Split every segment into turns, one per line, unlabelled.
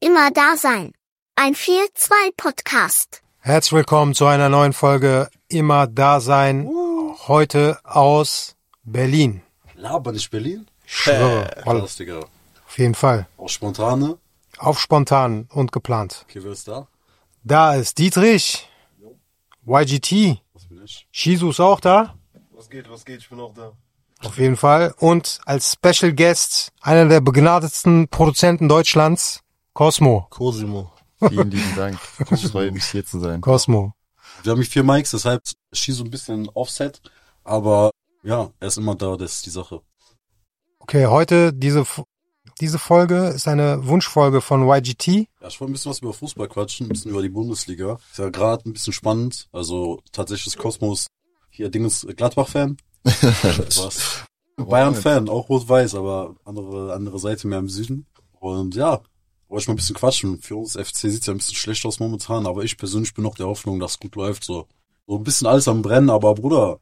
immer da sein. Ein 4-2 Podcast.
Herzlich willkommen zu einer neuen Folge Immer da sein. Heute aus Berlin.
Labern nicht Berlin?
Ich schwöre, Rolle.
Alles, Digga.
auf jeden Fall.
Auch spontane.
Auf spontan und geplant.
Okay, wer ist da?
Da ist Dietrich, YGT,
Was bin ich?
Shizu ist auch da.
Was geht, was geht, ich bin auch da.
Auf jeden Fall. Und als Special Guest einer der begnadetsten Produzenten Deutschlands, Cosmo.
Cosimo.
Vielen lieben Dank. Ich freue mich hier zu sein.
Cosmo.
Wir haben hier vier Mics, deshalb schieße so ein bisschen Offset. Aber ja, er ist immer da, das ist die Sache.
Okay, heute diese, F- diese Folge ist eine Wunschfolge von YGT.
Ja, ich wollte ein bisschen was über Fußball quatschen, ein bisschen über die Bundesliga. Ist ja gerade ein bisschen spannend. Also tatsächlich ist Kosmos hier Dingens Gladbach-Fan. Was? Bayern-Fan, auch rot-weiß, aber andere, andere Seite mehr im Süden. Und ja, wollte ich mal ein bisschen quatschen. Für uns FC sieht's ja ein bisschen schlecht aus momentan, aber ich persönlich bin noch der Hoffnung, dass es gut läuft. So, so ein bisschen alles am Brennen, aber Bruder,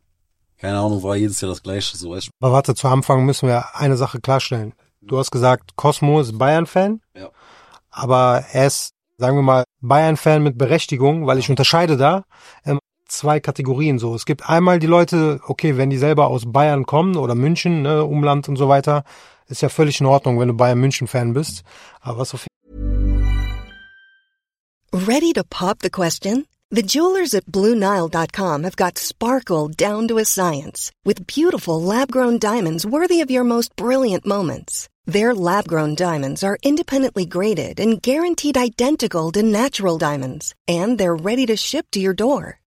keine Ahnung, war jedes Jahr das Gleiche. So, weißt
Aber warte, zu Anfang müssen wir eine Sache klarstellen. Du hast gesagt, Cosmo ist Bayern-Fan.
Ja.
Aber er ist, sagen wir mal, Bayern-Fan mit Berechtigung, weil ich unterscheide da ähm, zwei Kategorien so. Es gibt einmal die Leute, okay, wenn die selber aus Bayern kommen oder München, ne, Umland und so weiter, ist ja völlig in Ordnung, wenn du Bayern-München-Fan bist. Aber was auf
Ready to pop the question? The jewelers at BlueNile.com have got sparkle down to a science with beautiful lab grown diamonds worthy of your most brilliant moments. Their lab grown diamonds are independently graded and guaranteed identical to natural diamonds, and they're ready to ship to your door.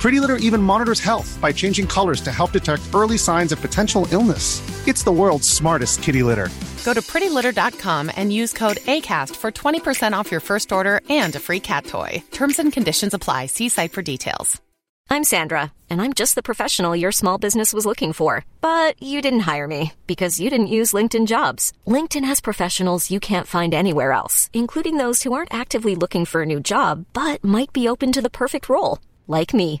Pretty Litter even monitors health by changing colors to help detect early signs of potential illness. It's the world's smartest kitty litter.
Go to prettylitter.com and use code ACAST for 20% off your first order and a free cat toy. Terms and conditions apply. See site for details.
I'm Sandra, and I'm just the professional your small business was looking for. But you didn't hire me because you didn't use LinkedIn jobs. LinkedIn has professionals you can't find anywhere else, including those who aren't actively looking for a new job but might be open to the perfect role, like me.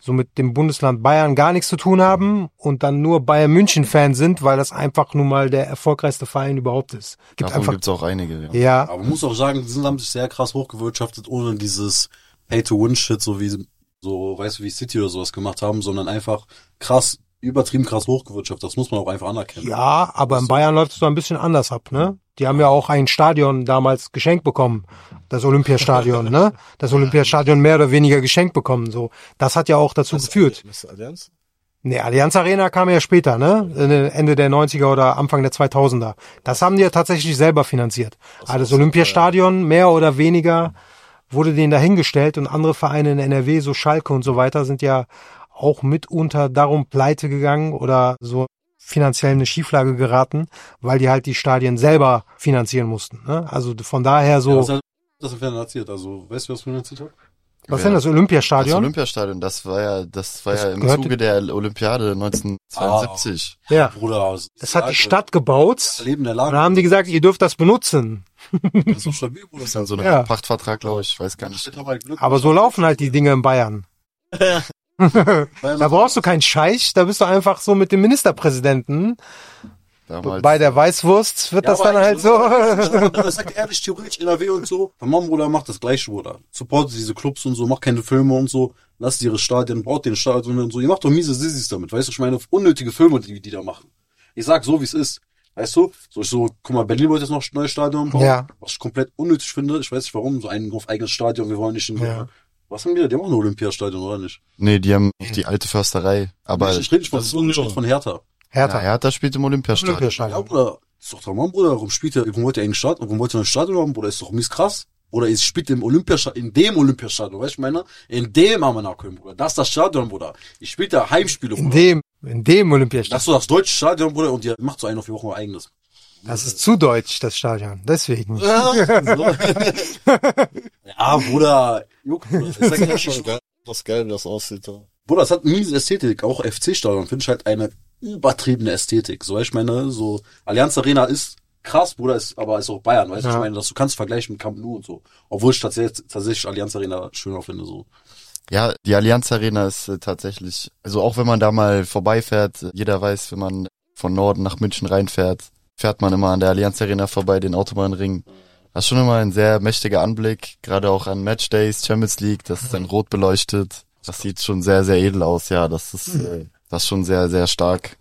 so mit dem Bundesland Bayern gar nichts zu tun haben und dann nur Bayern München Fan sind, weil das einfach nun mal der erfolgreichste Verein überhaupt ist. Gibt
Davon
einfach
gibt's auch einige. Ja.
ja,
Aber man muss auch sagen, die sind haben sich sehr krass hochgewirtschaftet, ohne dieses Pay-to-Win-Shit, so wie, so, weißt du, wie City oder sowas gemacht haben, sondern einfach krass, übertrieben krass hochgewirtschaftet. Das muss man auch einfach anerkennen.
ja, aber in Bayern läuft es so ein bisschen anders ab, ne? Die haben ja auch ein Stadion damals geschenkt bekommen, das Olympiastadion, ne? Das Olympiastadion mehr oder weniger geschenkt bekommen, so. Das hat ja auch dazu geführt.
Mr. Allianz?
Nee, Allianz Arena kam ja später, ne? Äh, Ende der 90er oder Anfang der 2000er. Das haben die ja tatsächlich selber finanziert. Also das Olympiastadion mehr oder weniger wurde denen dahingestellt und andere Vereine in NRW, so Schalke und so weiter, sind ja auch mitunter darum pleite gegangen oder so finanziell in eine Schieflage geraten, weil die halt die Stadien selber finanzieren mussten. Ne? Also von daher
Ja,
so,
das hat das hat finanziert. Also, weißt du, was finanziert hat?
was ist denn das
Das
Olympiastadion?
Olympiastadion, das war ja, das war
Das
ja im
gehörte-
Zuge der Olympiade 1972.
ja,
Bruder,
das hat die Stadt gebaut.
Leben der
Und
Lage.
dann haben die gesagt, ihr dürft das benutzen.
das ist doch stabil, Bruder.
Das ist dann so ein
Ja.
Pachtvertrag, glaube ich, ich weiß gar nicht.
Steht doch mal Glück.
Aber so laufen halt die Dinge in Bayern.
Weil
Da brauchst du keinen Scheich, da bist du einfach so mit dem Ministerpräsidenten.
Damals.
Bei der Weißwurst wird
Ja,
das
aber
dann halt so.
Das sagt ehrlich, theoretisch NRW und so. Mein Mann, Bruder, macht das gleiche, Bruder. Supportet diese Clubs und so, macht keine Filme und so. Lasst ihre Stadien, baut den Stadion und so. Ihr macht doch miese Sissis damit, weißt du, ich meine, unnötige Filme, die die da machen. Ich sag so, wie es ist. Weißt du, so, ich so, guck mal, Berlin wollte jetzt noch ein neues Stadion bauen,
Ja.
was ich komplett unnötig finde. Ich weiß nicht warum, so ein auf eigenes Stadion, wir wollen nicht in
Ja.
Was haben die da? Die haben auch ein Olympiastadion, oder nicht?
Nee, die haben die alte Försterei. Aber
ich, ich rede nicht von,
das ist
ich rede nicht von Hertha.
Hertha,
Ja, Hertha spielt im Olympiastadion.
Olympiastadion.
Ja, Bruder, Ist doch der Mann, Bruder. Warum spielt er, warum wollte er in den Start, warum wollte er einen Stadion haben, Bruder? Ist doch mies krass. Oder es spielt im Olympiastadion, in dem Olympiastadion, weißt du, meine? In dem Amanaköm, Bruder. Das ist das Stadion, Bruder. Ich spiele da Heimspiele, Bruder.
In dem, in dem
Das ist
Olympiastadion.
so das deutsche Stadion, Bruder, und ihr macht so einen auf die Woche euer eigenes.
Das ist zu deutsch, das Stadion. Deswegen.
ja, Bruder. Juck, Bruder. Ich sag dir schon,
Das geil, wie das aussieht. ja.
Bruder, das hat eine miese Ästhetik. Auch FC-Stadion finde ich halt eine übertriebene Ästhetik. So, ich meine, so Allianz Arena ist krass, Bruder, ist, aber ist auch Bayern, weißt du?
Ja.
Ich meine, das du kannst vergleichen mit Camp Nou und so. Obwohl ich tatsächlich, tatsächlich Allianz Arena schöner finde, so.
Ja, die Allianz Arena ist äh, tatsächlich, also auch wenn man da mal vorbeifährt, äh, jeder weiß, wenn man von Norden nach München reinfährt, fährt man immer an der Allianz Arena vorbei, den Autobahnring. Das ist schon immer ein sehr mächtiger Anblick, gerade auch an Matchdays, Champions League, das ist dann rot beleuchtet. Das sieht schon sehr, sehr edel aus, ja, das ist,
Mhm.
äh, das ist schon sehr, sehr stark.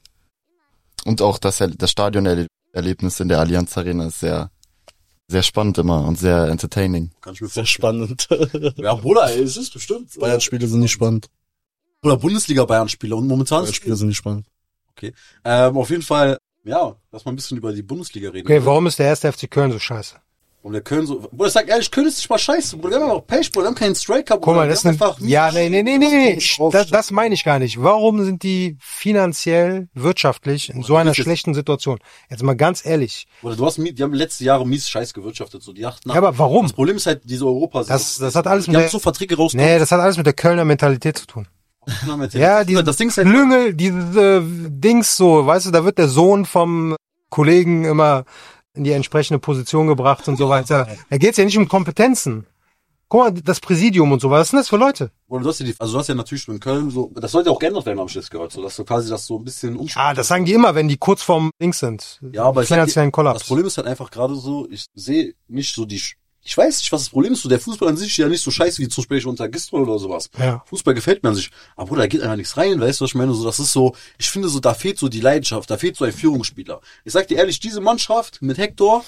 Und auch das, Erle- das Stadionerlebnis in der Allianz Arena ist sehr, sehr spannend immer und sehr entertaining.
Kann ich mir
Sehr
vorstellen.
spannend.
Ja, Bruder, ey, es ist bestimmt. äh,
Bayern-Spiele sind nicht spannend.
Oder Bundesliga-Bayern-Spiele und momentan.
Bayern-Spiele sind nicht spannend.
Ähm, auf jeden Fall, ja, lass mal ein bisschen über die Bundesliga reden.
Okay, warum ist der erste FC Köln so scheiße?
Und der Köln so, Bruder, ich sag ehrlich, Köln ist nicht mal scheiße, Bruder, wir haben auch Pech, Bruder, wir haben keinen Striker, Bruder.
Guck mal,
wir
das ist
haben
eine, ja, nee, nee, nee, nee, nee.
Komisch
Das, das meine ich gar nicht. Warum sind die finanziell, wirtschaftlich in so einer schlechten Situation? Jetzt mal ganz ehrlich.
Oder du hast, mi- die haben letzte Jahre mies Scheiß gewirtschaftet, so die achten.
Ja, aber warum?
Das Problem ist halt diese Europa.
Das, das hat alles
die
mit
haben
der,
so Verträge raus.
nee, das hat alles mit der Kölner Mentalität zu tun. Ja,
ja,
die
das Ding ist halt,
Lüngel, diese äh, Dings so, weißt du, da wird der Sohn vom Kollegen immer in die entsprechende Position gebracht und so weiter. Da geht's ja nicht um Kompetenzen. Guck mal, das Präsidium und so, was sind das für Leute?
Bruder, du hast ja die, also du hast ja natürlich schon in Köln so, das sollte auch geändert werden, hab ich jetzt gehört, so, dass du quasi das so ein bisschen umsch
Ah, das sagen die immer, wenn die kurz vorm Dings sind.
Ja, aber ich sag dir,
finanziellen
Das
Kollaps.
Problem ist halt einfach gerade so, ich sehe nicht so die, Sch- ich weiß nicht, was das Problem ist, so der Fußball an sich ist ja nicht so scheiße wie zum Beispiel unter Gistro oder sowas.
Ja.
Fußball gefällt mir an sich, aber Bruder, da geht einfach nichts rein, weißt du, was ich meine? So, das ist so, ich finde so, da fehlt so die Leidenschaft, da fehlt so ein Führungsspieler. Ich sag dir ehrlich, diese Mannschaft mit Hector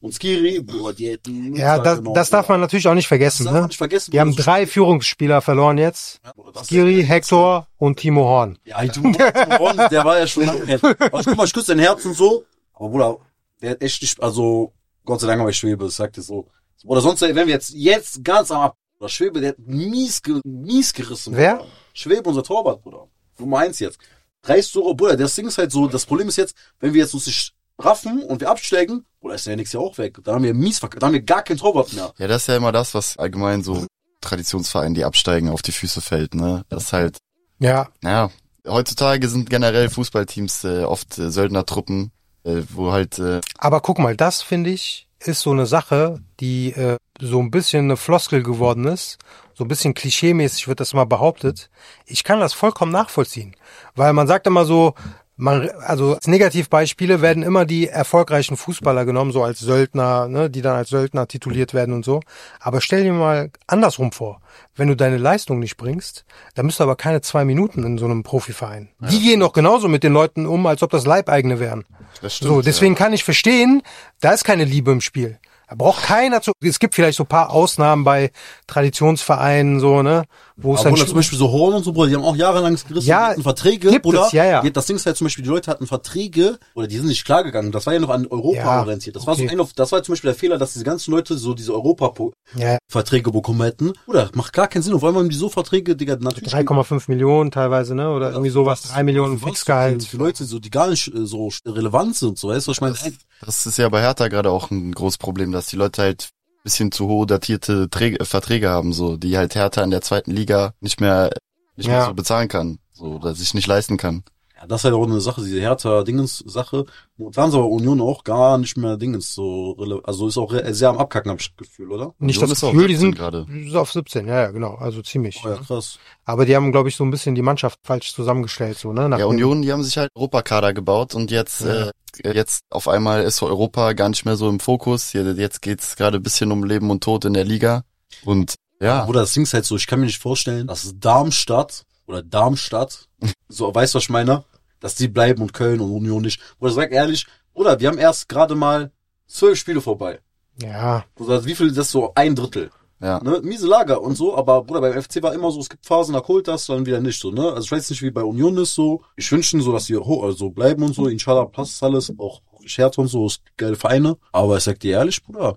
und Skiri, boah, die hätten...
Ja, das, das darf man natürlich auch nicht vergessen.
halt Das darf man
Ne?
nicht vergessen,
Die haben
Bruder.
drei Führungsspieler verloren jetzt.
Bruder, das-
Giri, Hector und Timo Horn.
Ja, du, der war ja schon lange weg. Aber guck mal, ich küsse dein Herz und so. Aber Bruder, der hat echt nicht, also, Gott sei Dank habe ich Schwebe, ich sag dir so. Oder sonst, wenn wir jetzt, jetzt ganz am Ab, oder Schwebe, der hat mies, ge- mies gerissen.
Wer?
Bruder. Schwebe, unser Torwart, Bruder. Nummer eins jetzt. Reißt so, Bruder, das Ding ist halt so, das Problem ist jetzt, wenn wir jetzt uns nicht raffen und wir absteigen, Bruder, ist der nächste Jahr auch weg. Da haben wir mies verkackt, da haben wir gar keinen Torwart mehr.
Ja, das ist ja immer das, was allgemein so Traditionsvereinen, die absteigen, auf die Füße fällt, ne? Das ist halt,
Ja,
naja, heutzutage sind generell Fußballteams äh, oft äh, Söldnertruppen, äh, wo halt, äh,
aber guck mal, das finde ich ist so eine Sache, die äh, so ein bisschen eine Floskel geworden ist. So ein bisschen klischeemäßig wird das mal behauptet. Ich kann das vollkommen nachvollziehen, weil man sagt immer so, man, also als Negativbeispiele werden immer die erfolgreichen Fußballer genommen, so als Söldner, ne, die dann als Söldner tituliert werden und so. Aber stell dir mal andersrum vor, wenn du deine Leistung nicht bringst, dann bist du aber keine zwei Minuten in so einem Profiverein. Die gehen doch genauso mit den Leuten um, als ob das Leibeigene wären.
das
So, deswegen kann ich verstehen, da ist keine Liebe im Spiel. Da braucht keiner zu. Es gibt vielleicht so ein paar Ausnahmen bei Traditionsvereinen, so, ne? Wo es
Aber
dann
Bruder, zum Beispiel so Horn und so, Bruder, die haben auch jahrelang gerissen,
Ja,
die hatten Verträge,
gibt
Bruder.
es, ja, ja.
Die- Das Ding ist halt zum Beispiel, die Leute hatten Verträge, oder die sind nicht klargegangen, das war ja noch an Europa
Ja,
orientiert. Das war so
okay.
ein, auf- das war zum Beispiel der Fehler, dass diese ganzen Leute so diese Europa-Verträge
ja,
bekommen hätten. Oder, macht gar keinen Sinn, auf einmal haben die so Verträge, Digga, natürlich.
3,5 Millionen teilweise, ne? Oder irgendwie sowas, 3 Millionen
Was
Fixgehalt.
Für Leute, so, die gar nicht äh, so relevant sind, so, weißt du, was ich meine? Ey,
das ist ja bei Hertha gerade auch ein großes Problem, dass die Leute halt ein bisschen zu hohe datierte Träge, äh, Verträge haben, so, die halt Hertha in der zweiten Liga nicht mehr, nicht
Ja.
mehr so bezahlen kann, so, oder sich nicht leisten kann.
Ja, das ist halt auch eine Sache, diese Hertha-Dingens-Sache. Momentan ist aber Union auch gar nicht mehr Dingens so, rele- also ist auch re- sehr am Abkacken, hab ich das Gefühl, oder?
Nicht das
Union ist auf
Gefühl, die
17
sind
gerade.
die sind auf 17, ja, ja, genau, also ziemlich.
Oh ja, krass.
Aber die haben, glaube ich, so ein bisschen die Mannschaft falsch zusammengestellt, so, ne?
Ja,
nachdem-
Union, die haben sich halt Europakader gebaut und jetzt,
Ja.
äh, jetzt auf einmal ist so Europa gar nicht mehr so im Fokus. Je- Jetzt geht's gerade ein bisschen um Leben und Tod in der Liga. Und ja,
Oder das Ding ist halt so, ich kann mir nicht vorstellen, dass Darmstadt oder Darmstadt, so weißt du, was ich meine, dass die bleiben und Köln und Union nicht. Oder sag ehrlich, oder wir haben erst gerade mal zwölf Spiele vorbei.
Ja,
Also wie viel, das ist so ein Drittel.
ja.
Ne? Miese Lager und so, aber Bruder, beim FC war immer so, es gibt Phasen, da holt das, dann wieder nicht so, ne? Also ich weiß nicht, wie bei Union ist so. Ich wünsche ihnen so, dass sie ho- also bleiben und so, inshallah passt alles, auch Scherz und so, ist geile Vereine. Aber ich sag dir ehrlich, Bruder,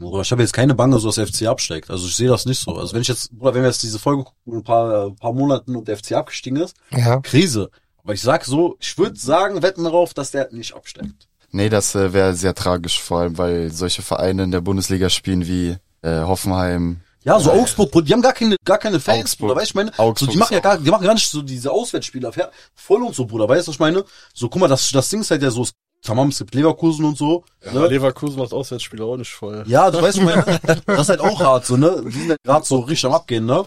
Bruder, ich habe jetzt keine Bange, so dass der FC absteigt. Also ich sehe das nicht so. Also wenn ich jetzt, Bruder, wenn wir jetzt diese Folge gucken, in ein paar, ein paar Monaten und der FC abgestiegen ist,
Ja.
Krise. Aber ich sag so, ich würde sagen, wetten darauf, dass der nicht absteigt.
Nee, das äh, wäre sehr tragisch, vor allem, weil solche Vereine in der Bundesliga spielen wie äh, Hoffenheim.
Ja, so Augsburg, Bruder, die haben gar keine, gar keine Fans,
Äh. Augsburg.
Bruder, weißt du, ich meine, so,
Augsburg
die machen ja
ist
gar, die machen gar nicht so diese Auswärtsspieler fer- voll und so, Bruder, weißt du, was ich meine? So, guck mal, das, das Ding ist halt ja so, Tamam, es gibt Leverkusen und so,
Ja,
ne?
Leverkusen macht Auswärtsspiele auch nicht voll.
Ja, du weißt, was ich meine, das ist halt auch hart, so, ne? Die sind halt gerade so richtig am Abgehen, ne?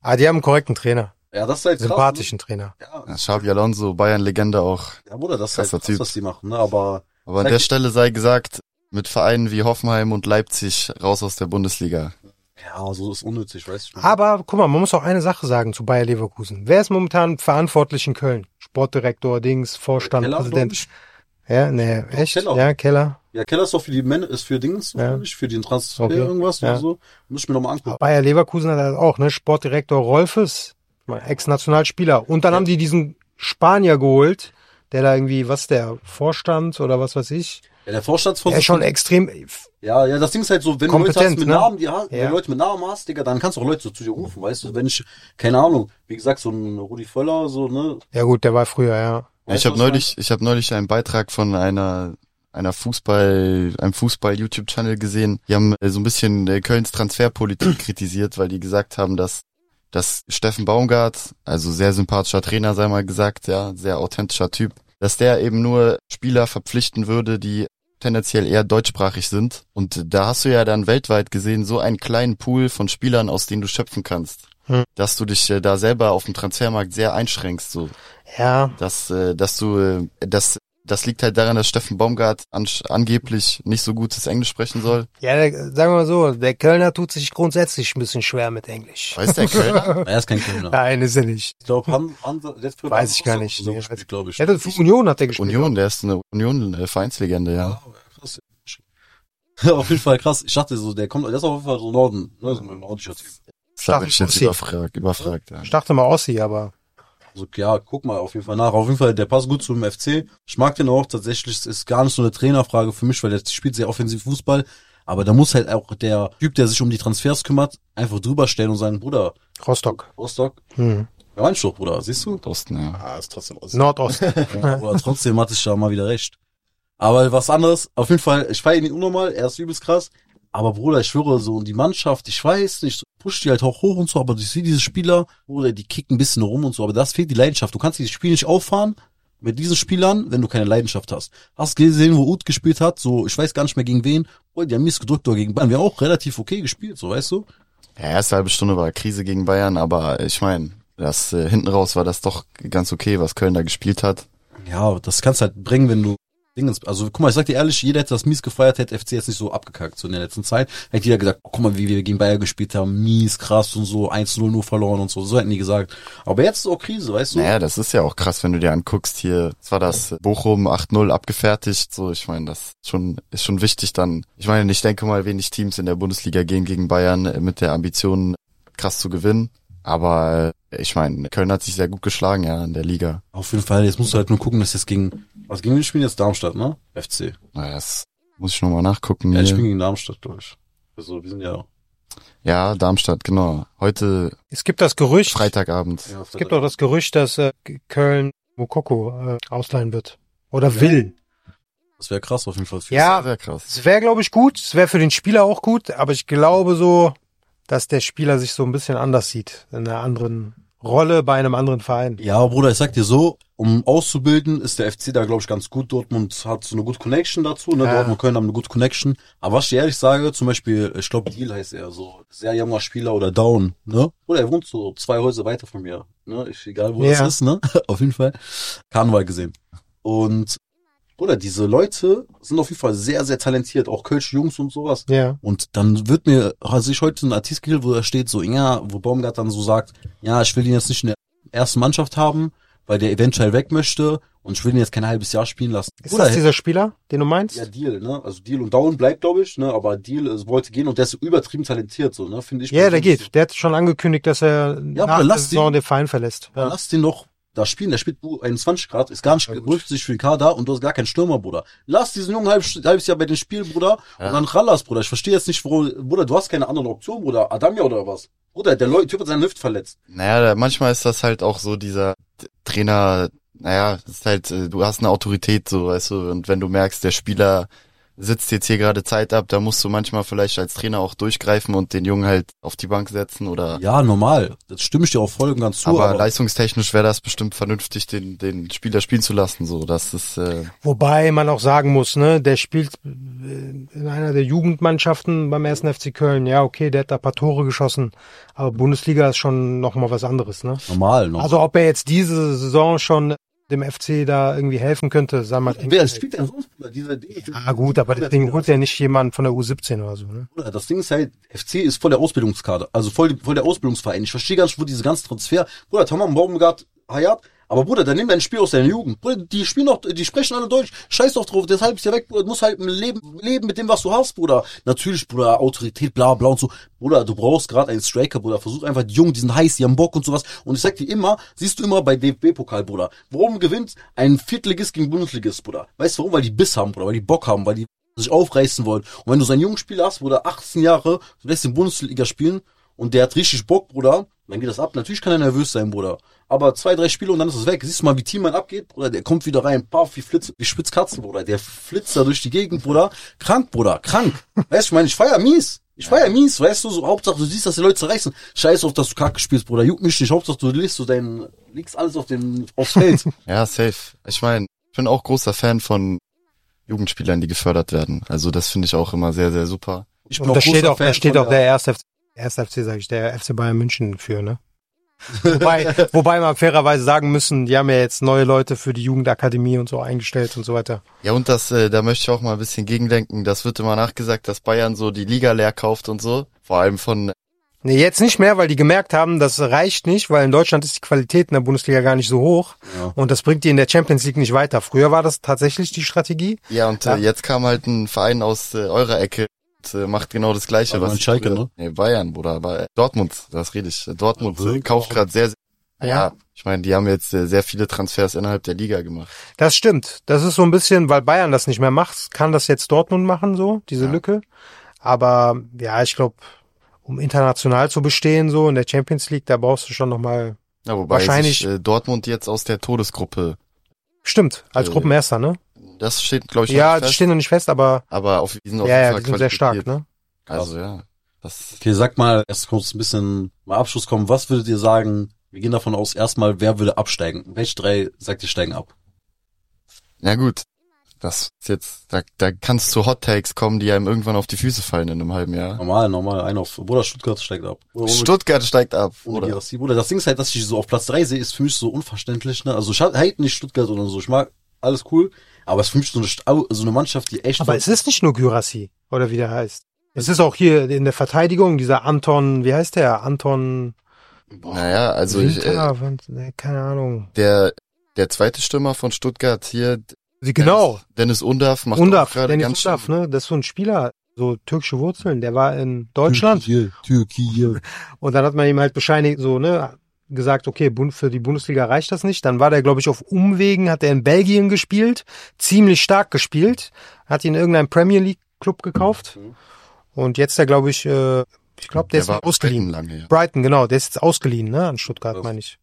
Ah, die haben einen korrekten Trainer.
Ja, das ist halt krass,
Sympathischen Trainer.
Ja, Xabi Alonso, Bayern-Legende auch.
Ne? Ja, Bruder, das ist halt
Krasser
krass,
Typ.
was die machen, ne? Aber,
Aber an der Stelle sei gesagt, mit Vereinen wie Hoffenheim und Leipzig raus aus der Bundesliga.
ja, so ist unnötig, weißt du. ich meine.
Aber guck mal, man muss auch eine Sache sagen zu Bayer Leverkusen. Wer ist momentan verantwortlich in Köln? Sportdirektor, Dings, Vorstand,
Keller, glaub
Präsident.
ich.
Ja, nee, echt?
Keller.
Ja, Keller.
Ja, Keller ist doch für die Men ist für Dings,
Ja.
nicht für den Transfer
Okay.
irgendwas
Ja.
oder so. Muss ich mir nochmal angucken.
Bayer Leverkusen hat das auch, ne? Sportdirektor Rolfes, Ex-Nationalspieler. Und dann haben die diesen Spanier geholt, der da irgendwie, was ist der, Vorstand oder was weiß ich.
Ja, der
Der ist schon
Vorstandsvorsitzende.
extrem,
Ja, ja, das Ding ist halt so, wenn du Leute
Kompetent,
hast mit
ne?
Namen, die, ha-
Ja.
wenn du Leute mit Namen hast, Digga, dann kannst du auch Leute so zu dir rufen, weißt du? Wenn ich, keine Ahnung, wie gesagt, so ein Rudi Völler, so, ne?
ja gut, der war früher, ja.
Ja, ich
Weißt du,
habe
was meine?
neulich, ich habe neulich einen Beitrag von einer einer Fußball, einem Fußball-YouTube-Channel gesehen. Die haben äh, so ein bisschen äh, Kölns Transferpolitik kritisiert, weil die gesagt haben, dass dass Steffen Baumgart, also sehr sympathischer Trainer, sei mal gesagt, ja, sehr authentischer Typ, dass der eben nur Spieler verpflichten würde, die tendenziell eher deutschsprachig sind. Und da hast du ja dann weltweit gesehen so einen kleinen Pool von Spielern, aus denen du schöpfen kannst,
Hm.
dass du dich äh, da selber auf dem Transfermarkt sehr einschränkst, so.
Ja,
Dass, äh, dass du, äh, das, das liegt halt daran, dass Steffen Baumgart an, angeblich nicht so gutes Englisch sprechen soll.
ja der, sagen wir mal so, der Kölner tut sich grundsätzlich ein bisschen schwer mit Englisch.
Weiß der Kölner?
Er ist kein Kölner.
Nein, ist er nicht.
Ich glaube, Han, Han, jetzt für
Weiß ich gar nicht.
So
Nee,
gespielt, glaube ich.
Ja, das, Union hat der gespielt.
Union, der ist eine Union-Vereinslegende, ja.
Ja, krass. auf jeden Fall krass. Ich dachte so, der kommt, der ist auf jeden Fall so Norden, ne? So ein nordischer Typ.
Das hat mich jetzt
Staffel-
überfragt, überfragt, ja.
Ich dachte mal Ossi, aber
Also ja, guck mal auf jeden Fall nach. Auf jeden Fall, der passt gut zum FC. Ich mag den auch. Tatsächlich es ist gar nicht so eine Trainerfrage für mich, weil der spielt sehr offensiv Fußball. Aber da muss halt auch der Typ, der sich um die Transfers kümmert, einfach drüber stellen und sagen, Bruder,
Rostock.
Rostock,
Hm.
ja, mein Stock, Bruder, siehst du?
Osten, ja.
Ah, ist trotzdem aus.
Nordost.
Aber trotzdem hatte ich ja mal wieder recht. Aber was anderes, auf jeden Fall, ich feiere ihn unnormal, er ist übelst krass. Aber Bruder, ich schwöre, so und die Mannschaft, ich weiß nicht, so pusht die halt auch hoch und so, aber ich sehe diese Spieler, Bruder, die kicken ein bisschen rum und so, aber das fehlt die Leidenschaft. Du kannst dieses Spiel nicht auffahren mit diesen Spielern, wenn du keine Leidenschaft hast. Hast gesehen, wo Uth gespielt hat, so, ich weiß gar nicht mehr gegen wen, Bruder, die haben mies gedrückt oder gegen Bayern. Wir haben auch relativ okay gespielt, so, weißt du?
ja. Erste halbe Stunde war Krise gegen Bayern, aber ich meine, das äh, hinten raus war das doch ganz okay, was Köln da gespielt hat.
Ja, das kannst halt bringen, wenn du Dingens, also guck mal, ich sag dir ehrlich, jeder hätte das mies gefeiert, hätte FC jetzt nicht so abgekackt, so in der letzten Zeit. Hätte jeder gesagt, guck mal, wie wir gegen Bayern gespielt haben, mies, krass und so, 1-0 nur verloren und so, so hätten die gesagt. Aber jetzt ist auch Krise, weißt du?
Naja, das ist ja auch krass, wenn du dir anguckst, hier, zwar das Bochum 8-0 abgefertigt, so, ich meine, das ist schon, ist schon wichtig dann. Ich meine, ich denke mal, wenig Teams in der Bundesliga gehen gegen Bayern äh, mit der Ambition, krass zu gewinnen. Aber äh, ich meine, Köln hat sich sehr gut geschlagen, ja, in der Liga.
Auf jeden Fall, jetzt musst du halt nur gucken, dass jetzt gegen, was gegen wen spielen jetzt Darmstadt, ne? FC.
Naja, das muss ich nochmal nachgucken.
Ja, ich
hier.
spielen gegen Darmstadt, glaube ich. Also, wir sind ja,
Ja, Darmstadt, genau. Heute
Es gibt das Gerücht,
Freitagabend.
ja auf
es gibt auch das Gerücht, dass äh, Köln Mokoko äh, ausleihen wird. Oder will.
Das wäre krass auf jeden Fall. für-
Ja,
Sehr krass.
Es wäre, glaube ich, gut. Es wäre für den Spieler auch gut. Aber ich glaube so, dass der Spieler sich so ein bisschen anders sieht. In einer anderen Rolle bei einem anderen Verein.
Ja, Bruder, ich sag dir so, um auszubilden, ist der FC da, glaube ich, ganz gut. Dortmund hat so eine gute Connection dazu, ne?
Ja.
Dortmund Köln haben eine gute Connection. Aber was ich dir ehrlich sage, zum Beispiel, ich glaube, Deal heißt er so, sehr junger Spieler oder Down, ne? Oder er wohnt so zwei Häuser weiter von mir, ne? Ich, egal wo
Ja.
das ist, ne? auf jeden Fall. Karneval gesehen. Und, Bruder, diese Leute sind auf jeden Fall sehr, sehr talentiert, auch Kölsch Jungs und sowas.
Ja.
Und dann wird mir, also ich heute einen Artikel, gelesen, wo da steht so, ja, wo Baumgart dann so sagt, ja, ich will ihn jetzt nicht in der ersten Mannschaft haben, weil der eventuell weg möchte und ich will ihn jetzt kein halbes Jahr spielen lassen.
Ist das dieser Spieler, den du meinst?
ja, Deal, ne? Also Deal und Down bleibt, glaube ich, ne? Aber Deal äh, wollte gehen und der ist übertrieben talentiert, so, ne? Finde ich.
Ja, der
persönlich.
geht. Der hat schon angekündigt, dass er nach
aber
der
lass
Saison den Verein verlässt.
Ja. Lass den doch da spielen, der spielt U21 Grad, ist gar nicht gerücht sich für den Kader und du hast gar keinen Stürmer, Bruder. Lass diesen Jungen halb, halbes Jahr bei den Spielen, Bruder, und dann Rallas, Bruder. Ich verstehe jetzt nicht, wo, Bruder, du hast keine andere Option, Bruder. Adamia oder was? Bruder, der Leu Typ hat seine Hüfte verletzt.
Naja, da, manchmal ist das halt auch so dieser T- Trainer, naja, das ist halt, äh, du hast eine Autorität, so, weißt du, und wenn du merkst, der Spieler sitzt jetzt hier gerade Zeit ab, da musst du manchmal vielleicht als Trainer auch durchgreifen und den Jungen halt auf die Bank setzen oder.
Ja, normal. Das stimme ich dir auch voll und ganz zu.
aber,
aber-
leistungstechnisch wäre das bestimmt vernünftig, den, den Spieler spielen zu lassen, so, das ist, äh,
Wobei man auch sagen muss, ne, der spielt äh, in einer der Jugendmannschaften beim 1. FC Köln. Ja, okay, der hat da ein paar Tore geschossen, aber Bundesliga ist schon noch mal was anderes, ne?
normal, noch.
Also ob er jetzt diese Saison schon dem FC da irgendwie helfen könnte, sagen wir mal.
Wer spielt denn sonst, Bruder? Dieser Ding.
Ah gut, aber deswegen holt er nicht jemanden von der U17 oder so, ne?
Bruder, das Ding ist halt, FC ist voll der Ausbildungskader, also voll, voll der Ausbildungsverein. Ich verstehe gar nicht, wo diese ganzen Transfer, Bruder, Tamam, Baumgart, Hayat, aber Bruder, dann nimm dein Spiel aus deiner Jugend. Bruder, die spielen doch, die sprechen alle Deutsch, scheiß doch drauf, deshalb ist ja weg, Bruder, du musst halt leben, leben mit dem, was du hast, Bruder. Natürlich, Bruder, Autorität, bla, bla und so. Bruder, du brauchst gerade einen Striker, Bruder, versuch einfach die Jungen, die sind heiß, die haben Bock und sowas. Und ich sag dir immer, siehst du immer bei DFB-Pokal, Bruder, warum gewinnt ein Viertligist gegen Bundesligist, Bruder? Weißt du warum? Weil die Biss haben, Bruder, weil die Bock haben, weil die sich aufreißen wollen. Und wenn du so einen jungen Spieler hast, Bruder, 18 Jahre, du lässt den Bundesliga spielen und der hat richtig Bock, Bruder, dann geht das ab. Natürlich kann er nervös sein, Bruder. Aber zwei, drei Spiele und dann ist es weg. Siehst du mal, wie Teammann abgeht, Bruder, der kommt wieder rein, paff, wie, Flitz, wie Spitzkatzen, Bruder. Der flitzt da durch die Gegend, Bruder. Krank, Bruder, krank. Weißt du, ich meine, ich feier mies. Ich feier mies, weißt du, so Hauptsache du siehst, dass die Leute zerreißen. Scheiß auf, dass du Kacke spielst, Bruder. Juckt mich nicht. Hauptsache du legst so dein, legst alles auf den, aufs Feld.
ja, safe. Ich meine, ich bin auch großer Fan von Jugendspielern, die gefördert werden. Also, das finde ich auch immer sehr, sehr super.
Ich
Und da steht auch, da steht
von
auch der erste FC, erste FC sage ich, der FC Bayern München für, ne? wobei, wobei man fairerweise sagen müssen, die haben ja jetzt neue Leute für die Jugendakademie und so eingestellt und so weiter.
Ja, und das, äh, da möchte ich auch mal ein bisschen gegendenken. Das wird immer nachgesagt, dass Bayern so die Liga leer kauft und so. Vor allem von,
Nee, jetzt nicht mehr, weil die gemerkt haben, das reicht nicht, weil in Deutschland ist die Qualität in der Bundesliga gar nicht so hoch und das bringt die in der Champions League nicht weiter. Früher war das tatsächlich die Strategie.
ja, und Äh, jetzt kam halt ein Verein aus äh, eurer Ecke und äh, macht genau das Gleiche.
Aber
was
in Schalke,
früher-
ne?
Nee, Bayern, Bruder, aber äh, Dortmund, das rede ich. Dortmund
Ja,
äh, kauft gerade sehr, sehr
Ja.
ja. ich meine, die haben jetzt äh, sehr viele Transfers innerhalb der Liga gemacht.
Das stimmt. Das ist so ein bisschen, weil Bayern das nicht mehr macht, kann das jetzt Dortmund machen, so, diese Lücke. Aber ja, ich glaube, um international zu bestehen, so in der Champions League, da brauchst du schon nochmal.
Ja, wobei
Wahrscheinlich-
sich, äh, Dortmund jetzt aus der Todesgruppe,
Stimmt, als
Äh,
Gruppenerster, ne?
das steht, glaube ich, noch
Ja,
nicht
die
fest,
stehen noch nicht fest, aber
aber auf, die sind
ja,
auf
ja,
jeden Fall
die sind sehr stark,
qualifiziert.
ne?
Also ja, das
Okay, sag mal, erst kurz ein bisschen mal Abschluss kommen. Was würdet ihr sagen? Wir gehen davon aus, erstmal, wer würde absteigen? Welche drei sagt ihr steigen ab?
Ja gut, das ist jetzt, da, da kannst zu Hot Takes kommen, die einem irgendwann auf die Füße fallen in einem halben Jahr.
Normal, normal, ein auf. Bruder, Stuttgart steigt ab. Bruder, ohne-
Stuttgart steigt ab,
ohne
oder?
Gerassi. Bruder, das Ding ist halt, dass ich die so auf Platz drei sehe, ist für mich so unverständlich. Ne? Also ich halt nicht Stuttgart oder so. Ich mag alles cool, aber es ist für mich so eine, St- au- so eine Mannschaft, die echt.
Aber es ist nicht nur Gyrassi, oder wie der heißt. Es ist auch hier in der Verteidigung dieser Anton, wie heißt der? Anton
Naja, also ich, äh,
Winter, ne, keine Ahnung.
der, der zweite Stürmer von Stuttgart hier,
Genau,
Dennis Undav, macht auch
Undaf,
gerade ganz
Dennis Undaf, ne? Das ist so ein Spieler, so türkische Wurzeln, der war in Deutschland
Türkei.
und dann hat man ihm halt bescheinigt, so, ne, gesagt, okay, Bund- für die Bundesliga reicht das nicht. Dann war der, glaube ich, auf Umwegen, hat er in Belgien gespielt, ziemlich stark gespielt, hat ihn in irgendeinem Premier League Club gekauft und jetzt der, glaube ich, äh, ich glaube, der,
Mhm. Der
ist
war
ausgeliehen.
Brighton lange, ja.
Brighton, genau, der ist jetzt ausgeliehen, ne, an Stuttgart, meine ich.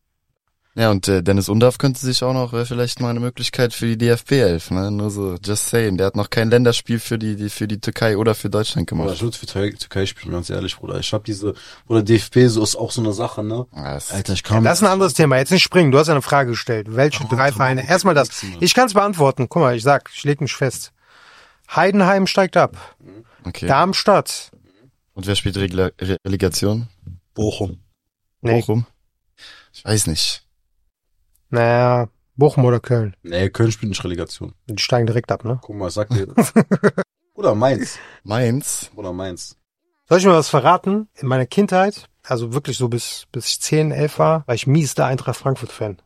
Ja, und äh, Dennis Undav könnte sich auch noch äh, vielleicht mal eine Möglichkeit für die DFB helfen, ne? Nur so, just saying. Der hat noch kein Länderspiel für die, die für die Türkei oder für Deutschland
Bruder, ich
gemacht.
würde für Tür- Türkei spielen, ganz ehrlich, Bruder. Ich hab diese, Bruder, DFB, so ist auch so eine Sache, ne?
Ja, Ah, das-
Alter, ich kann
Das ist ein anderes Thema. Jetzt nicht springen. Du hast ja eine Frage gestellt. Welche drei Vereine? Erstmal das. Ich kann es beantworten. Guck mal, ich sag, ich leg mich fest. Heidenheim steigt ab.
Okay.
Darmstadt.
Und wer spielt Regla Re Relegation?
Bochum.
Nee.
Bochum? Ich weiß nicht.
Naja, Bochum oder Köln.
Nee, Köln spielt nicht Relegation.
Die steigen direkt ab, ne?
Guck mal, ich sag dir. Oder Mainz.
Mainz?
Oder Mainz.
Soll ich mir was verraten? In meiner Kindheit, also wirklich so bis, bis ich 10, 11 war, war ich mies der Eintracht Frankfurt-Fan.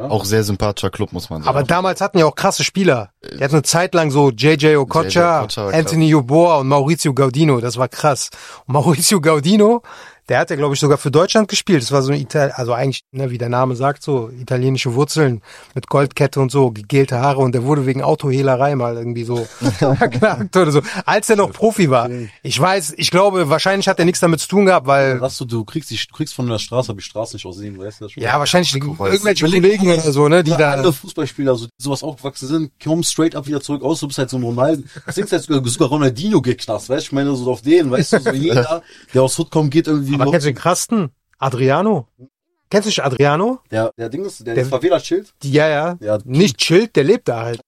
Auch sehr sympathischer Club, muss man sagen.
Aber damals hatten ja auch krasse Spieler. Die hatten eine Zeit lang so JJ
J.J.
Okocha,
Okocha war krass.
Anthony Joboa und Maurizio Gaudino. Das war krass. Und Maurizio Gaudino, Der hat ja, glaube ich, sogar für Deutschland gespielt. Das war so ein Ital also eigentlich, ne, wie der Name sagt, so italienische Wurzeln mit Goldkette und so, gegelte Haare und der wurde wegen Autohehlerei mal irgendwie so verklagt oder so, als er noch Profi war. Ich weiß, ich glaube, wahrscheinlich hat er nichts damit zu tun gehabt, weil
Hast du, du kriegst, die, du kriegst von der Straße, aber die Straße nicht aussehen, weißt du das schon?
ja, wahrscheinlich irgendwelche
Überleg-
Kollegen oder so, ne, die da
Alle Fußballspieler, so, die sowas aufgewachsen sind, kommen straight up wieder zurück aus, du bist halt so ein Ronaldo. Das Ding ist halt sogar, sogar Ronaldinho geknast, weißt du? Ich meine, so auf den, weißt du, so jeder, der aus Hood kommt, geht irgendwie.
Aber kennst du den Krasten? Adriano? Kennst du nicht Adriano?
der, der Ding ist,
Der-
der, der Favela-Schild.
Die, ja, ja,
Ja.
Nicht Schild, der lebt da halt.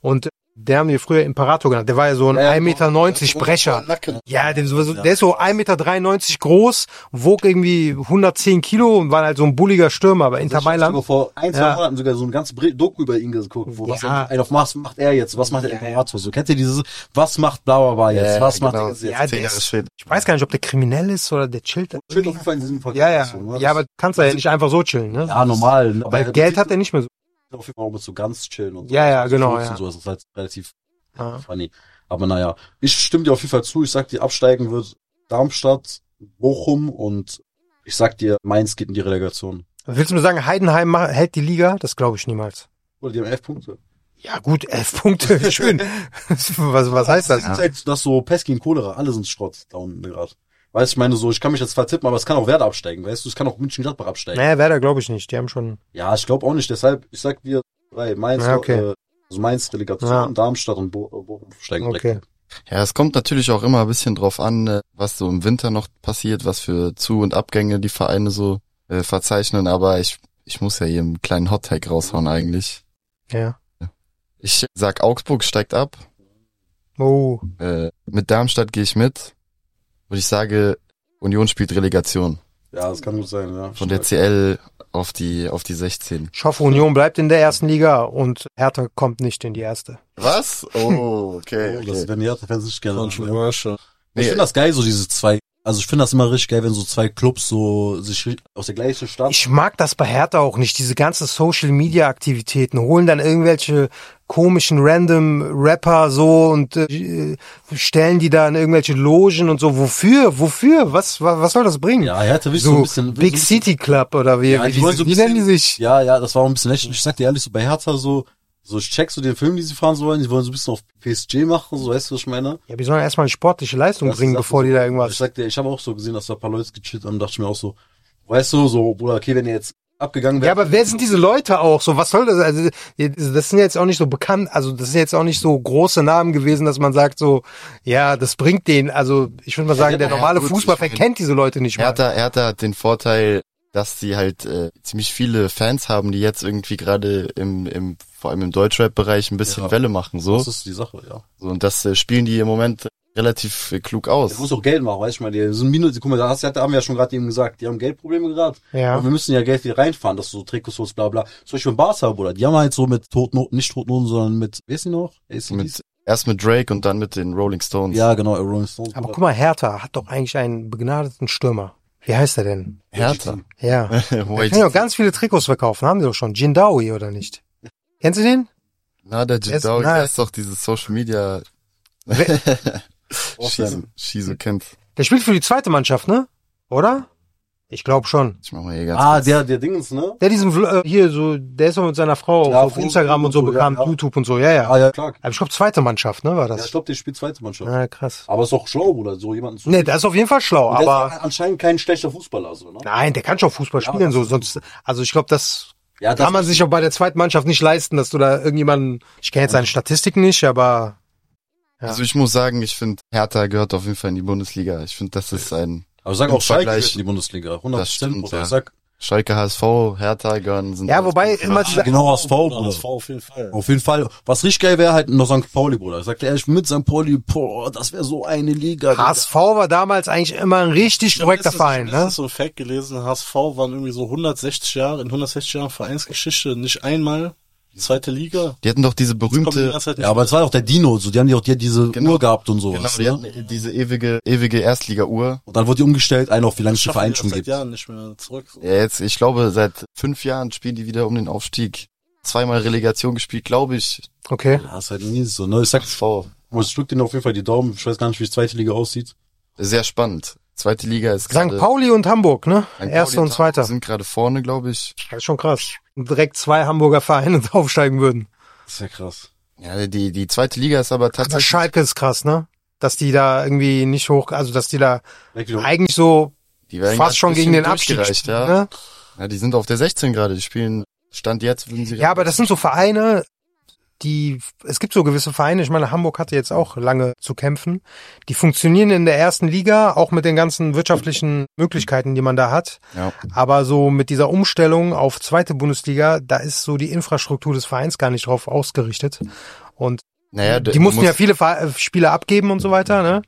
Und der haben die früher Imperator genannt. Der war ja genau. so ein
Ja,
1,90
ja.
Meter Brecher.
Nacken.
Ja, der, ist so- der ist so 1,93 Meter groß, wog irgendwie 110 Kilo und war halt so ein bulliger Stürmer bei Inter
Also Ich hab sogar
Mailand.
vor ein, zwei
Ja.
Monaten sogar so ein ganzes Bre- Doku über ihn geguckt, wo was
Ja.
er, auf was macht er jetzt, was macht der Imperator so. Kennt ihr dieses, was macht bla bla bla jetzt,
Ja,
was macht
genau.
er jetzt?
Ja,
Zehn
der
Jahre
ist,
später.
ich weiß gar nicht, ob der kriminell ist oder der chillt.
Schild auf jeden Fall in diesem Fall.
Ja, ja. Also-
So, ne?
Ja, aber kannst du ja nicht einfach so chillen, ne?
ja, normal. ne?
Weil
Aber
Geld hat er nicht mehr so.
auf jeden Fall auch mit so ganz chillen und so.
Ja, ja,
Also
genau,
Fruits
ja.
Und so. Das ist halt relativ
Ja.
funny. Aber naja, ich stimme dir auf jeden Fall zu. Ich sag dir, absteigen wird Darmstadt, Bochum und ich sag dir, Mainz geht in die Relegation.
Willst du mir sagen, Heidenheim ma- hält die Liga? Das glaube ich niemals.
Oder die haben elf Punkte.
Ja gut, elf Punkte, schön. was, was heißt das?
Das ist halt das so Pesky und Cholera, alle sind Schrott da unten gerade. Weißt du, ich meine so, ich kann mich jetzt vertippen, aber es kann auch Werder absteigen, weißt du, es kann auch München-Gladbach absteigen.
Naja, Werder glaube ich nicht. Die haben schon.
Ja, ich glaube auch nicht, deshalb, ich sag dir, drei, Mainz,
Ja, okay.
äh, also Mainz, Relegation,
Ja.
Darmstadt und Bo äh, Bochum steigen
Okay.
direkt.
Ja, es kommt natürlich auch immer ein bisschen drauf an, äh, was so im Winter noch passiert, was für Zu- und Abgänge die Vereine so äh, verzeichnen, aber ich, ich muss ja hier einen kleinen Hottag raushauen eigentlich.
Ja.
Ich sag, Augsburg steigt ab,
Oh.
äh, mit Darmstadt gehe ich mit und ich sage, Union spielt Relegation
Ja, das kann gut sein, ja.
von der CL auf die, auf die 16.
Ich hoffe, Union bleibt in der ersten Liga und Hertha kommt nicht in die erste.
Was? Oh, okay.
Oh, das
okay.
wäre mir das wäre nicht gerne.
Controversial.
Ich finde das geil, so diese zwei. Also ich finde das immer richtig geil, wenn so zwei Clubs so sich ri- aus der gleichen Stadt.
Ich mag das bei Hertha auch nicht, diese ganzen Social-Media-Aktivitäten. Holen dann irgendwelche komischen random Rapper so und äh, stellen die da in irgendwelche Logen und so. Wofür? Wofür? Was, was, was soll das bringen?
ja, Hertha will ich so,
so
ein bisschen.
Big
so ein bisschen,
City Club oder wie,
Ja,
wie,
die wollen so ein
wie nennen die
bisschen-
sich?
Ja, ja, das war auch ein bisschen lächerlich. Ich sag dir ehrlich, so bei Hertha so, so ich check so den Film, die sie fahren so wollen. Die wollen so ein bisschen auf PSG machen, so weißt du, was ich meine?
Ja, wir sollen erstmal eine sportliche Leistung
Das
bringen,
ist-
bevor die da
Ich
irgendwas...
sag dir, ich habe auch so gesehen, dass da ein paar Leute gechillt haben, dachte ich mir auch so, weißt du, so, Bruder, okay, wenn ihr jetzt abgegangen wärt.
Ja, aber wer sind diese Leute auch so? Was soll das? Also, das sind jetzt auch nicht so bekannt, also das sind jetzt auch nicht so große Namen gewesen, dass man sagt so, ja, das bringt den. Also ich würde mal sagen, der
ja,
normale
gut,
Fußballfan
ich-
kennt diese Leute nicht mehr.
Hertha, Hertha hat den Vorteil, dass sie halt äh, ziemlich viele Fans haben, die jetzt irgendwie gerade im, im, vor allem im Deutschrap-Bereich ein bisschen
Ja.
Welle machen. So.
das ist die Sache, ja.
So, Und das äh, spielen die im Moment relativ äh, klug
Der
aus.
muss auch Geld machen, weißt du, ich meine, die sind Minus, guck mal, da hast, da haben wir ja schon gerade eben gesagt, die haben Geldprobleme gerade.
Ja.
Aber wir müssen ja Geld wieder reinfahren, dass du so Trikots holst, bla, bla. Zum Beispiel Barca, Bruder, die haben halt so mit Totnoten, nicht Totnoten, sondern mit, wer ist die noch? ACDs?
Mit, erst mit Drake und dann mit den Rolling Stones.
ja, genau, Rolling Stones.
Aber
Bruder.
guck mal, Hertha hat doch eigentlich einen begnadeten Stürmer. Wie heißt er denn?
Hertha.
Ja. Der kann
Wait.
ja ganz viele Trikots verkaufen, haben die doch schon. Jindawi oder nicht? Kennst du den?
Na, der
Erst-
Jidao,
na-
der ist doch dieses Social Media. Shizu, Shizu kennt.
Der spielt für die zweite Mannschaft, ne? Oder? Ich glaube schon.
Ich mach mal hier ganz
Ah, der, der Dingens, ne?
Der diesen Vl- äh, hier so, der ist doch mit seiner Frau
Ja,
auf
Foto
Instagram und so
und so, ja,
bekannt,
ja.
YouTube und so, ja, ja.
Ah, ja, klar.
Aber ich glaube, zweite Mannschaft, ne, war
Ja,
das?
ich glaube, der spielt zweite Mannschaft.
Na, krass.
Aber ist doch schlau, Bruder, so jemanden zu.
Ne, das ist auf jeden Fall schlau,
Und der ist halt
aber
anscheinend kein schlechter Fußballer, so, ne?
nein, der kann schon Fußball
Ja, aber
spielen,
das-
so, sonst, also ich glaube, das
Ja,
kann man sich auch bei der zweiten Mannschaft nicht leisten, dass du da irgendjemanden, ich kenne jetzt seine Statistiken nicht, aber Ja.
Also ich muss sagen, ich finde, Hertha gehört auf jeden Fall in die Bundesliga. Ich finde, das ist ein
Aber sag
Im
auch Schalke
Vergleich-
gehört in die Bundesliga, 100
Das stimmt,
Bruder.
ja.
Ich sag,
Schalke HSV, Hertha gehören sind.
ja, wobei immer
ah, genau, HSV, Bruder.
Das war auf jeden Fall.
Auf jeden Fall. Was richtig geil wäre, halt noch St. Pauli, Bruder. Ich sagte ehrlich, mit St. Pauli, boah, das wäre so eine Liga.
HSV war damals eigentlich immer ein richtig korrekter
Ich hab
Verein,
letztens-
ne?
letztens so ein Fact gelesen, HSV waren irgendwie so 160 Jahre, in 160 Jahren Vereinsgeschichte nicht einmal zweite Liga.
Die hatten doch diese
Kommen die
berühmte,
ganze Zeit nicht
Ja, aber es war auch der Dino, so. Die haben die auch die, hat diese
Genau.
Uhr gehabt und
genau,
sowas.
die
ne?
hatten diese ewige, ewige Erstliga-Uhr.
Und dann wurde die umgestellt, ein auf wie lange es den
schaffen die
Verein
das
schon
seit
gibt.
Jahren nicht mehr zurück.
Ja, jetzt, ich glaube, seit fünf Jahren spielen die wieder um den Aufstieg. Zweimal Relegation gespielt, glaube ich.
Okay.
Ja, ist halt nie so, ne? Ich sag,
HSV.
ich drück denen auf jeden Fall die Daumen. Ich weiß gar nicht, wie die zweite Liga aussieht.
Sehr spannend. Zweite Liga ist
St. Pauli und Hamburg, ne?
St. Pauli
Erster
und
und Zweiter.
sind gerade vorne, glaube ich.
Das ist schon krass. Direkt zwei Hamburger Vereine die aufsteigen würden.
Das ist ja krass.
Ja, die, die zweite Liga ist aber
Aber
tatsächlich.
Also Schalke ist krass, ne? Dass die da irgendwie nicht hoch, also dass die da
Direkt wieder-
eigentlich so
die werden grad
fast schon
ein
gegen
bisschen
den Abstieg
durchgereicht,
spielen,
ja.
ne?
ja, die sind auf der 16 gerade. Die spielen, Stand jetzt würden sie.
Ja, aber das sind so Vereine, die, es gibt so gewisse Vereine, ich meine, Hamburg hatte jetzt auch lange zu kämpfen, die funktionieren in der ersten Liga, auch mit den ganzen wirtschaftlichen Möglichkeiten, die man da hat.
Ja.
Aber so mit dieser Umstellung auf zweite Bundesliga, da ist so die Infrastruktur des Vereins gar nicht drauf ausgerichtet. Und
Naja,
die mussten ja viele Ver- äh, Spieler abgeben und so weiter, ne?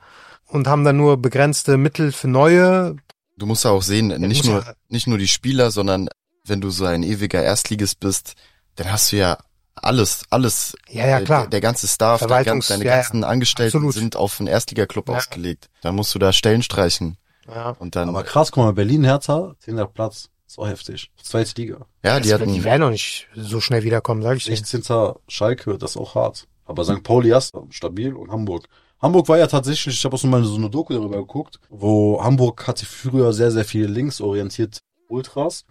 Und haben dann nur begrenzte Mittel für neue.
Du musst ja auch sehen, nicht
muss
nur,
ja-
nicht nur die Spieler, sondern wenn du so ein ewiger Erstligist bist, dann hast du ja alles, alles.
Ja, ja,
Äh,
klar.
Der, der ganze Staff, der
Verwaltungs-
ganz, deine
ja, ja.
ganzen Angestellten
Absolut.
sind auf einen Erstliga-Club
Ja.
ausgelegt. Dann musst du da Stellen streichen.
Ja.
Und dann,
Aber krass, guck mal, Berlin, Hertha, 10. Platz. Ist auch heftig. Zweite Liga.
ja, die hatten,
Also, Die werden noch nicht so schnell wiederkommen, sag ich dir.
16. Schalke, das ist auch hart. Aber St. Pauli erst stabil und Hamburg. Hamburg war ja tatsächlich, ich habe auch so mal so eine Doku darüber geguckt, wo Hamburg hatte früher sehr, sehr viele linksorientierte Ultras.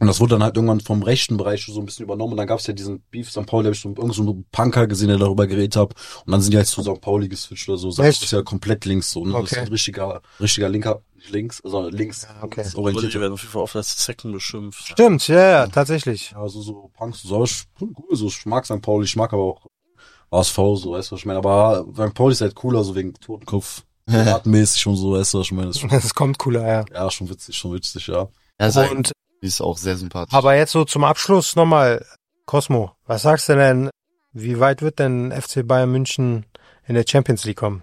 Und das wurde dann halt irgendwann vom rechten Bereich schon so ein bisschen übernommen. Und dann gab es ja diesen Beef, St. Pauli habe ich so irgendeinen so Punker gesehen, der darüber geredet hat. Und dann sind die halt zu St. Pauli geswitcht oder so. St. Pauli
Echt?
ist ja komplett links so. Ne? Das ist
Okay.
ein richtiger, richtiger linker, nicht links, also sondern links
okay.
Leute, die
orientierter.
werden auf jeden Fall oft als Zecken beschimpft.
Stimmt, ja, ja, tatsächlich.
Ja, so, so Punks, so, aber ich, cool, so, ich mag St. Pauli, ich mag aber auch ASV, so, weißt du, was ich meine, aber St. Pauli ist halt cooler, so wegen Totenkopf, artenmäßig und so, weißt du, was ich meine, ist schon,
Das kommt cooler, ja.
ja, schon witzig, schon witzig, ja.
ja,
Also-
sein,
Und
also, die ist auch sehr sympathisch.
aber jetzt so zum Abschluss nochmal, Cosmo, was sagst du denn, wie weit wird denn FC Bayern München in der Champions League kommen?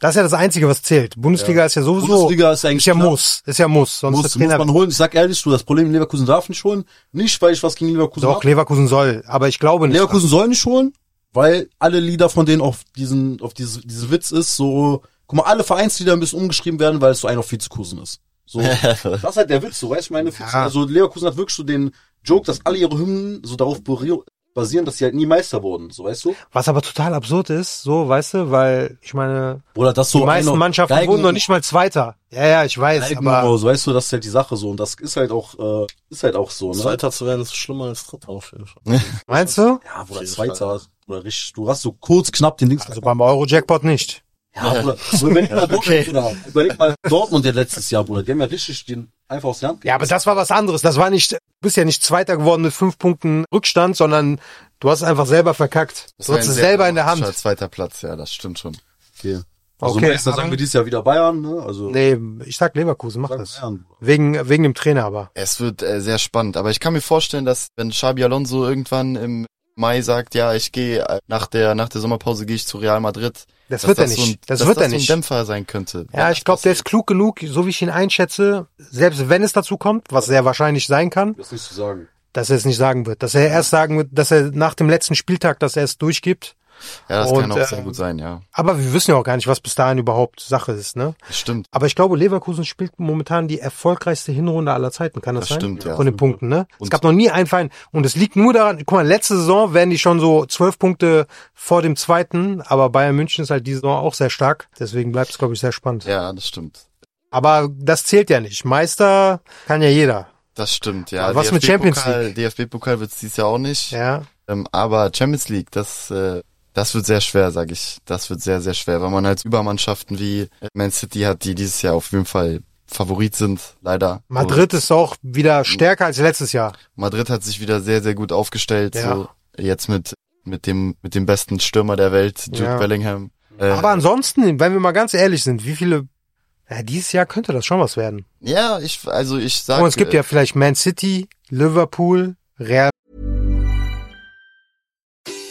Das ist ja das Einzige, was zählt. Bundesliga ist ja sowieso.
Bundesliga ist eigentlich
ist ja
klar.
muss. Ist ja muss. Sonst
Muss,
der
muss
Trainer,
man holen, ich sag ehrlich, du, das Problem, Leverkusen darf nicht holen, nicht, weil ich was gegen Leverkusen
Doch,
hab.
Leverkusen soll. Aber ich glaube nicht.
Leverkusen soll nicht holen, weil alle Lieder von denen auf diesen, auf diese, diesen Witz ist, so, guck mal, alle Vereinslieder müssen umgeschrieben werden, weil es so ein auf Vizekusen ist. So, das ist halt der Witz, so, weißt du, meine, Vize- also Leverkusen hat wirklich so den Joke, dass alle ihre Hymnen so darauf bari- basieren, dass sie halt nie Meister wurden, so, weißt du?
Was aber total absurd ist, so, weißt du, weil ich meine,
Oder dass
die
so
meisten
einer-
Mannschaften
Geigen-
wurden noch nicht mal Zweiter. Ja, ja, ich weiß,
Geigen-
aber
so, weißt du, das ist halt die Sache so, und das ist halt auch, äh, ist halt auch so, ne?
Zweiter zu werden ist schlimmer als Dritter auf jeden Fall.
meinst du?
Ja, oder Zweiter, oder richtig, du hast so kurz knapp den Dings
Also beim Euro-Jackpot nicht.
Ja, Bruder. Überleg mal, Dortmund, Bruder. Überleg mal Dortmund der letztes Jahr, Bruder. Die haben ja richtig den einfach aus der Hand
Ja, aber das war was anderes. Das war nicht, du bist ja nicht Zweiter geworden mit fünf Punkten Rückstand, sondern du hast einfach selber verkackt.
Das
Du
war
hast
ein
es
sehr
selber in der
dramatischer
Hand.
Zweiter Platz, ja, das stimmt schon.
gegeben. Also
Okay,
Meister sagen
aber-
wir dieses Jahr wieder Bayern, ne? Also
Nee, ich sag Leverkusen, mach
sagen
das.
Bayern, Bruder.
Wegen, wegen dem Trainer aber.
Es wird äh, sehr spannend, aber ich kann mir vorstellen, dass wenn Xabi Alonso irgendwann im Mai sagt, ja, ich gehe äh, nach der nach der Sommerpause gehe ich zu Real Madrid.
Das
dass
wird er
so ein-
nicht. Das
dass
wird
das
er
so ein
nicht.
Dämpfer sein könnte.
Ja, ich glaube, der ist klug genug, so wie ich ihn einschätze, selbst wenn es dazu kommt, was sehr wahrscheinlich sein kann,
Das ist nicht zu sagen.
dass er es nicht sagen wird. Dass er erst sagen wird, dass er nach dem letzten Spieltag, dass er es durchgibt.
Ja, das kann
Und,
auch sehr
ähm,
gut sein, ja.
Aber wir wissen ja auch gar nicht, was bis dahin überhaupt Sache ist, ne?
Das stimmt.
Aber ich glaube, Leverkusen spielt momentan die erfolgreichste Hinrunde aller Zeiten, kann das,
Das
sein?
stimmt, ja.
Von den Punkten, ne? es
Und-
gab noch nie einen Verein. Und es liegt nur daran, guck mal, letzte Saison wären die schon so zwölf Punkte vor dem zweiten, aber Bayern München ist halt diese Saison auch sehr stark. Deswegen bleibt es, glaube ich, sehr spannend.
Ja, das stimmt.
Aber das zählt ja nicht. Meister kann ja jeder.
Das stimmt, ja.
Aber was mit Champions
League? DFB-Pokal wird's dieses Jahr auch nicht.
Ja.
Ähm, aber Champions League, das, äh, das wird sehr schwer, sag ich. Das wird sehr, sehr schwer, weil man halt Übermannschaften wie Man City hat, die dieses Jahr auf jeden Fall Favorit sind, leider.
Madrid ist auch wieder stärker als letztes Jahr.
Und Madrid hat sich wieder sehr, sehr gut aufgestellt.
Ja.
So jetzt mit, mit dem, mit dem besten Stürmer der Welt, Jude
Ja.
Bellingham. Äh,
Aber ansonsten, wenn wir mal ganz ehrlich sind, wie viele, ja, dieses Jahr könnte das schon was werden.
ja, ich, also ich sag,
Und Oh, es gibt
äh,
ja vielleicht Man City, Liverpool, Real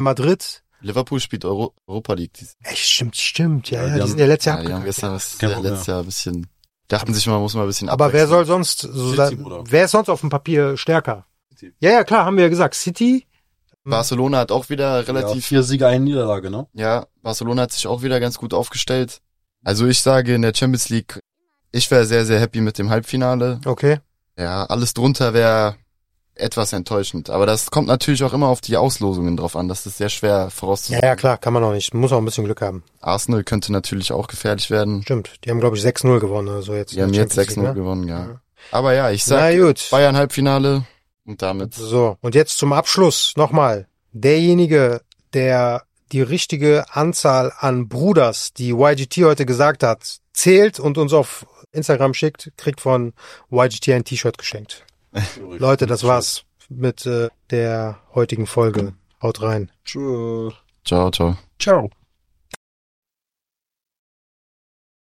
Madrid,
Liverpool spielt Euro Europa League. Dies.
Echt, stimmt, stimmt. Ja, ja, die, sind ja letztes Jahr
ja, die haben
abgekackt.
gestern was, ja, letztes Jahr ein bisschen, dachten sich mal, muss man ein bisschen
Aber wer
abwechseln.
soll sonst, so
City,
sein-
Bruder.
wer ist sonst auf dem Papier stärker? Ja, ja, klar, haben wir ja gesagt. City,
Barcelona hat auch wieder relativ
vier Siege, eine Niederlage, ne?
Ja, Barcelona hat sich auch wieder ganz gut aufgestellt. Also ich sage in der Champions League, ich wäre sehr, sehr happy mit dem Halbfinale.
Okay.
Ja, alles drunter wäre etwas enttäuschend. Aber das kommt natürlich auch immer auf die Auslosungen drauf an. Das ist sehr schwer
ja,
vorauszusagen.
ja, klar, kann man auch nicht. Muss auch ein bisschen Glück haben.
Arsenal könnte natürlich auch gefährlich werden.
Stimmt. Die haben, glaube ich, 6-0 gewonnen oder so jetzt.
Die haben jetzt 6-0
ne?
gewonnen, ja. Aber ja, ich
Na
sage
gut. Also
Bayern Halbfinale und damit.
So, und jetzt zum Abschluss nochmal. Derjenige, der die richtige Anzahl an Bruders, die YGT heute gesagt hat, zählt und uns auf Instagram schickt, kriegt von YGT ein T-Shirt geschenkt. Leute, das war's mit äh, der heutigen Folge. Haut rein.
Ciao, ciao.
Ciao.